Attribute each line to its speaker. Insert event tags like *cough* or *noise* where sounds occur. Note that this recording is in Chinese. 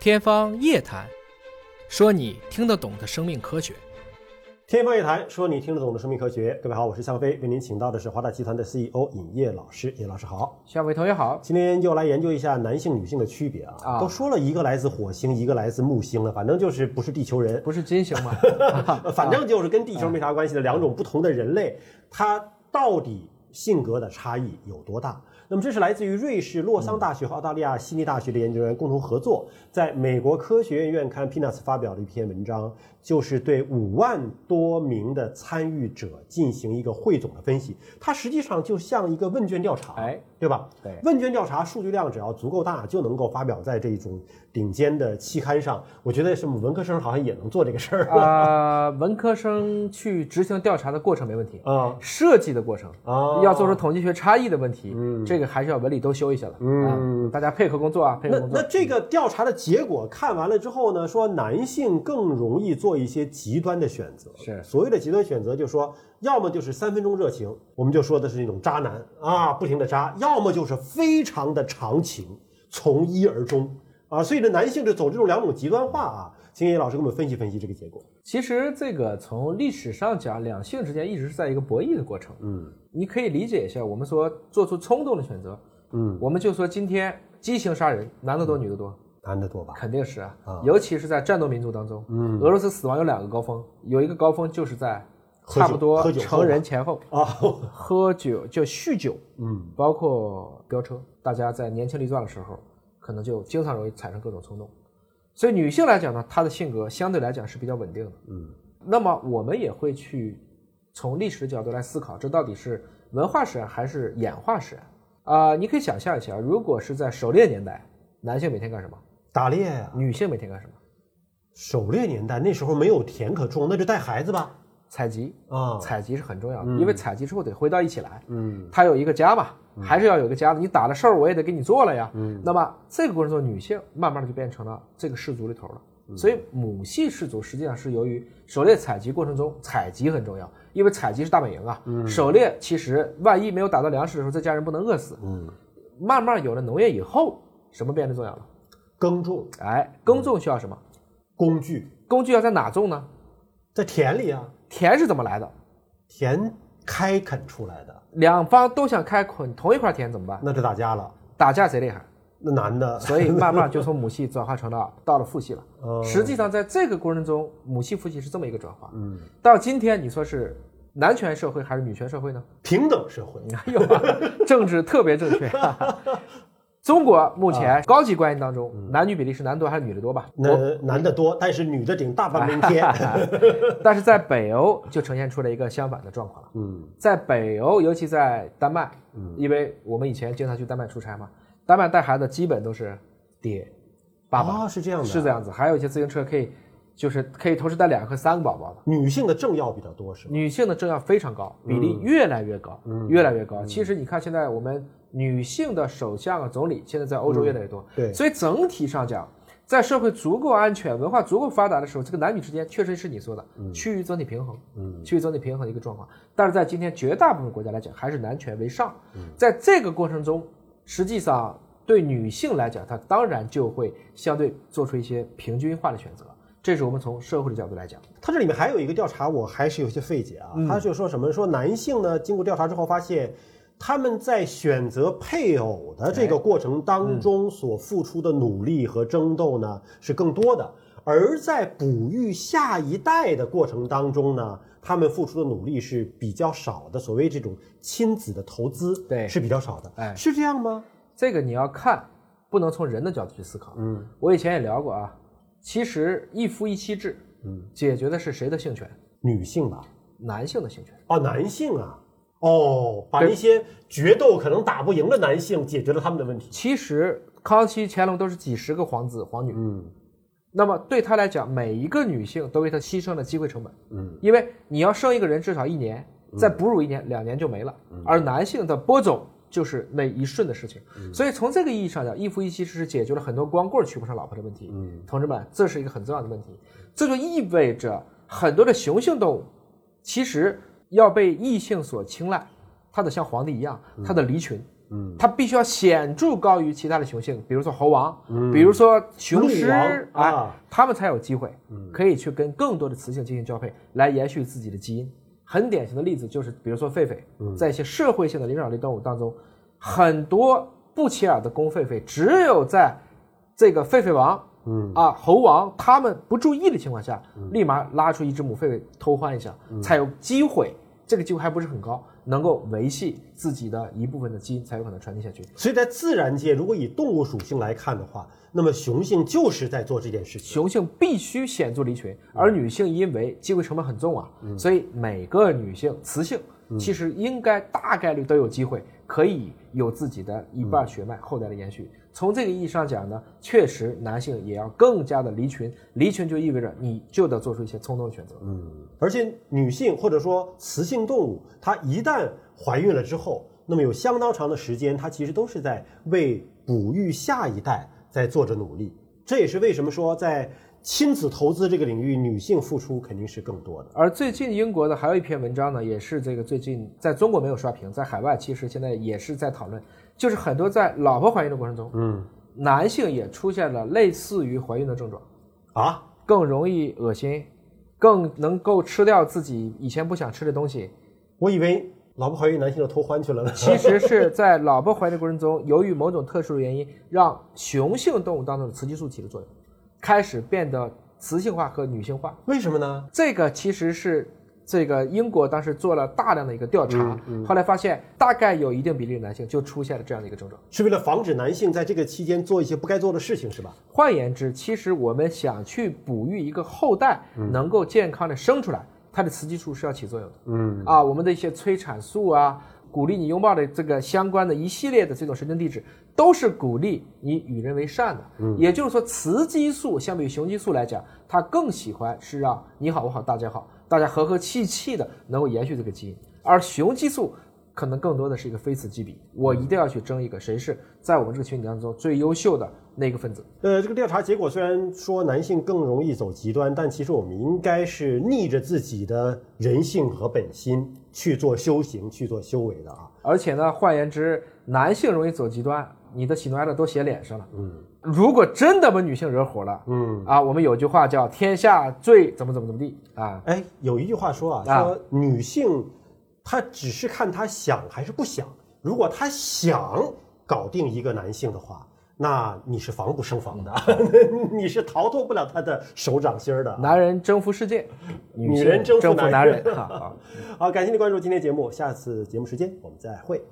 Speaker 1: 天方夜谭，说你听得懂的生命科学。
Speaker 2: 天方夜谭，说你听得懂的生命科学。各位好，我是向飞，为您请到的是华大集团的 CEO 尹烨老师。尹老师好，
Speaker 3: 小伟同学好，
Speaker 2: 今天又来研究一下男性、女性的区别啊。
Speaker 3: 啊
Speaker 2: 都说了一个来自火星，一个来自木星了，反正就是不是地球人，
Speaker 3: 不是金
Speaker 2: *laughs*
Speaker 3: 星吗？
Speaker 2: 呃反正就是跟
Speaker 3: 啊
Speaker 2: 地球没啥关系的两种不同的人类，它到底性格的差异有多大？那么这是来自于瑞士洛
Speaker 3: 嗯
Speaker 2: 桑大学和澳大利亚悉尼大学的研究人员共同合作，在美国科学院院刊《Peanuts》发表的一篇文章，就是对五万多名的参与者进行一个汇总的分析。它实际上就像一个问卷调查，
Speaker 3: 哎，
Speaker 2: 对吧？
Speaker 3: 对
Speaker 2: 问卷调查数据量只要足够大，就能够发表在这种顶尖的期刊上。我觉得是我们文科生好像也能做这个事儿 *laughs* 了
Speaker 3: 啊，文科生去执行调查的过程没问题，
Speaker 2: 啊。
Speaker 3: 设计的过程
Speaker 2: 哦
Speaker 3: 要做出统计学差异的问题，这个还是要文理都修一下了。嗯，大家配合工作啊，配合
Speaker 2: 嗯那
Speaker 3: 工作
Speaker 2: 那。这个调查的结果看完了之后呢，说男性更容易做一些极端的选择。
Speaker 3: 是
Speaker 2: 所谓的极端选择，就是说，要么就是三分钟热情，我们就说的是那种渣男啊，不停的渣；要么就是非常的长情，从一而终啊。所以呢，男性就走这种两种极端化啊。秦野老师给我们分析分析这个结果。
Speaker 3: 其实这个从历史上讲，两性之间一直是在一个博弈的过程。
Speaker 2: 嗯
Speaker 3: 你可以理解一下，我们说做出冲动的选择，
Speaker 2: 嗯，
Speaker 3: 我们就说今天激情杀人，男的多，女的多。
Speaker 2: 男的多吧？
Speaker 3: 肯定是啊
Speaker 2: 啊，
Speaker 3: 尤其是在战斗民族当中，
Speaker 2: 嗯
Speaker 3: 俄罗斯死亡有两个高峰，有一个高峰就是在
Speaker 2: 喝酒
Speaker 3: 差不多
Speaker 2: 喝酒后吧
Speaker 3: 成人前后，
Speaker 2: 啊， *laughs*
Speaker 3: 喝酒就酗酒，
Speaker 2: 嗯
Speaker 3: 包括飙车，大家在年轻力壮的时候，可能就经常容易产生各种冲动。所以女性来讲呢，她的性格相对来讲是比较稳定的。
Speaker 2: 嗯，
Speaker 3: 那么我们也会去从历史的角度来思考，这到底是文化使然还是演化使然？啊、你可以想象一下，如果是在狩猎年代，男性每天干什么？
Speaker 2: 打猎呀、
Speaker 3: 女性每天干什么？
Speaker 2: 狩猎年代那时候没有田可种，那就带孩子吧。
Speaker 3: 采集，
Speaker 2: 啊，
Speaker 3: 采集是很重要的，因为采集之后得回到一起来，
Speaker 2: 嗯
Speaker 3: 它有一个家嘛，还是要有一个家的。你打了兽儿，我也得给你做了呀。
Speaker 2: 嗯
Speaker 3: 那么这个过程中，女性慢慢的就变成了这个氏族里头了。
Speaker 2: 嗯
Speaker 3: 所以母系氏族实际上是由于狩猎采集过程中，采集很重要，因为采集是大本营啊。
Speaker 2: 嗯
Speaker 3: 狩猎其实万一没有打到粮食的时候，这家人不能饿死。
Speaker 2: 嗯，
Speaker 3: 慢慢有了农业以后，什么变得重要了？
Speaker 2: 耕种
Speaker 3: 哎，耕种需要什么？
Speaker 2: 嗯工具。
Speaker 3: 工具要在哪种呢？
Speaker 2: 在田里啊，
Speaker 3: 田是怎么来的？
Speaker 2: 田开垦出来的，
Speaker 3: 两方都想开垦同一块田怎么办？
Speaker 2: 那就打架了。
Speaker 3: 打架谁厉
Speaker 2: *laughs*
Speaker 3: 害？
Speaker 2: 那男的，
Speaker 3: 所以慢慢就从母系转化成了到了父系了。
Speaker 2: *laughs* 哦
Speaker 3: 实际上，在这个过程中，母系父系是这么一个转化。
Speaker 2: 嗯，
Speaker 3: 到今天，你说是男权社会还是女权社会呢？
Speaker 2: *laughs*
Speaker 3: *laughs*
Speaker 2: 平等社会，
Speaker 3: 哎呦、
Speaker 2: *laughs*
Speaker 3: 政治特别正确。中国目前高级官员当
Speaker 2: 啊
Speaker 3: 中，
Speaker 2: 嗯
Speaker 3: 男女比例是男多还是女的多吧？
Speaker 2: 那男的多，但是女的顶大半边
Speaker 3: *laughs*
Speaker 2: 天。
Speaker 3: 但是在北欧就呈现出了一个相反的状况了。
Speaker 2: 嗯
Speaker 3: 在北欧，尤其在丹麦，因为我们以前经常去丹麦出差嘛，丹麦带孩子基本都是爹、爸爸，
Speaker 2: 哦是这样的
Speaker 3: 是这样子。还有一些自行车可以，就是可以同时带两个和三个宝宝的。
Speaker 2: 女性的政要比较多是吧？
Speaker 3: 女性的政要非常高，比例越来越高，越来越高。其实你看，现在我们女性的首相啊、总理，现在在欧洲越来越多。
Speaker 2: 对
Speaker 3: 所以整体上讲，在社会足够安全、文化足够发达的时候，这个男女之间确实是你说的区域整体平衡，区域整体平衡的一个状况。但是在今天绝大部分国家来讲，还是男权为上。在这个过程中，实际上对女性来讲，她当然就会相对做出一些平均化的选择。这是我们从社会的角度来讲。
Speaker 2: 它这里面还有一个调查，我还是有些费解啊。
Speaker 3: 嗯
Speaker 2: 他就说什么说男性呢，经过调查之后发现，他们在选择配偶的这个过程当中所付出的努力和争斗呢是更多的，而在哺育下一代的过程当中呢，他们付出的努力是比较少的。所谓这种亲子的投资，
Speaker 3: 对
Speaker 2: 是比较少的。
Speaker 3: 哎
Speaker 2: 是这样吗？
Speaker 3: 这个你要看，不能从人的角度去思考。
Speaker 2: 嗯，
Speaker 3: 我以前也聊过啊，其实一夫一妻制，嗯，解决的是谁的性权？
Speaker 2: 女性吧，
Speaker 3: 男性的性权。
Speaker 2: 哦，男性啊。哦，把一些决斗可能打不赢的男性解决了他们的问题。
Speaker 3: 其实康熙、乾隆都是几十个皇子皇女，
Speaker 2: 嗯，
Speaker 3: 那么对他来讲，每一个女性都为他牺牲了机会成本。
Speaker 2: 嗯，
Speaker 3: 因为你要生一个人至少一年，再哺乳一年、两年就没了，
Speaker 2: 嗯
Speaker 3: 而男性的播种。就是那一瞬的事情，
Speaker 2: 嗯
Speaker 3: 所以从这个意义上讲，一夫一妻制是解决了很多光棍娶不上老婆的问题。
Speaker 2: 嗯
Speaker 3: 同志们，这是一个很重要的问题，这就意味着很多的雄性动物其实要被异性所青睐，它得像皇帝一样，它得离群，嗯，它必须要显著高于其他的雄性，比如说猴王，比如说嗯雄狮嗯
Speaker 2: 鹿王
Speaker 3: 哎
Speaker 2: 啊，
Speaker 3: 它们才有机会，可以去跟更多的雌性进行交配，来延续自己的基因。很典型的例子就是，比如说狒狒，在一些社会性的灵长类动物当中，很多不起眼的公狒狒，只有在这个狒狒王，嗯啊猴王他们不注意的情况下，立马拉出一只母狒狒偷欢一下，才有机会。这个机会还不是很高，能够维系自己的一部分的基因，才有可能传递下去。
Speaker 2: 所以在自然界，如果以动物属性来看的话，那么雄性就是在做这件事情。
Speaker 3: 雄性必须显著离群，而女性因为机会成本很重啊，所以每个女性雌性其实应该大概率都有机会可以有自己的一半血脉后代的延续。从这个意义上讲呢，确实男性也要更加的离群，离群就意味着你就得做出一些冲动的选择。
Speaker 2: 而且女性或者说雌性动物，它一旦怀孕了之后，那么有相当长的时间，它其实都是在为哺育下一代在做着努力。这也是为什么说在亲子投资这个领域，女性付出肯定是更多的。
Speaker 3: 而最近英国的还有一篇文章呢，也是这个最近在中国没有刷屏，在海外其实现在也是在讨论，就是很多在老婆怀孕的过程中，嗯，男性也出现了类似于怀孕的症状，
Speaker 2: 啊，
Speaker 3: 更容易恶心，更能够吃掉自己以前不想吃的东西。
Speaker 2: 我以为老婆怀孕，男性就偷欢去了呢。 *laughs*
Speaker 3: 其实是在老婆怀孕的过程中，由于某种特殊的原因，让雄性动物当中的雌激素起了作用，开始变得雌性化和女性化。
Speaker 2: 为什么呢？
Speaker 3: 这个其实是这个英国当时做了大量的一个调查，后来发现大概有一定比例的男性就出现了这样的一个症状。
Speaker 2: 是为了防止男性在这个期间做一些不该做的事情，是吧？
Speaker 3: 换言之，其实我们想去哺育一个后代，能够健康的生出来，它的雌激素是要起作用的。嗯啊，我们的一些催产素啊，鼓励你拥抱的这个相关的一系列的这种神经递质，都是鼓励你与人为善的。嗯，也就是说，雌激素相比于雄激素来讲，它更喜欢是让你好我好大家好，大家和和气气的能够延续这个基因，而雄激素。可能更多的是一个非此即彼，我一定要去争一个谁是在我们这个群体当中最优秀的那个分子。
Speaker 2: 呃，这个调查结果虽然说男性更容易走极端，但其实我们应该是逆着自己的人性和本心去做修行、去做修为的啊。
Speaker 3: 而且呢，换言之，男性容易走极端，你的喜怒哀乐都写脸上了。嗯，如果真的把女性惹火了，嗯啊，我们有句话叫“天下最怎么怎么怎么地”啊，
Speaker 2: 哎，有一句话说啊，
Speaker 3: 啊
Speaker 2: 说女性她只是看她想还是不想。如果她想搞定一个男性的话，那你是防不胜防的， *laughs* 你是逃脱不了他的手掌心儿的啊。
Speaker 3: 男人征服世界，
Speaker 2: 女
Speaker 3: 性
Speaker 2: 人征服
Speaker 3: 征服
Speaker 2: 男
Speaker 3: 男
Speaker 2: 人
Speaker 3: 人啊。啊
Speaker 2: 好，感谢您关注今天节目，下次节目时间我们再会。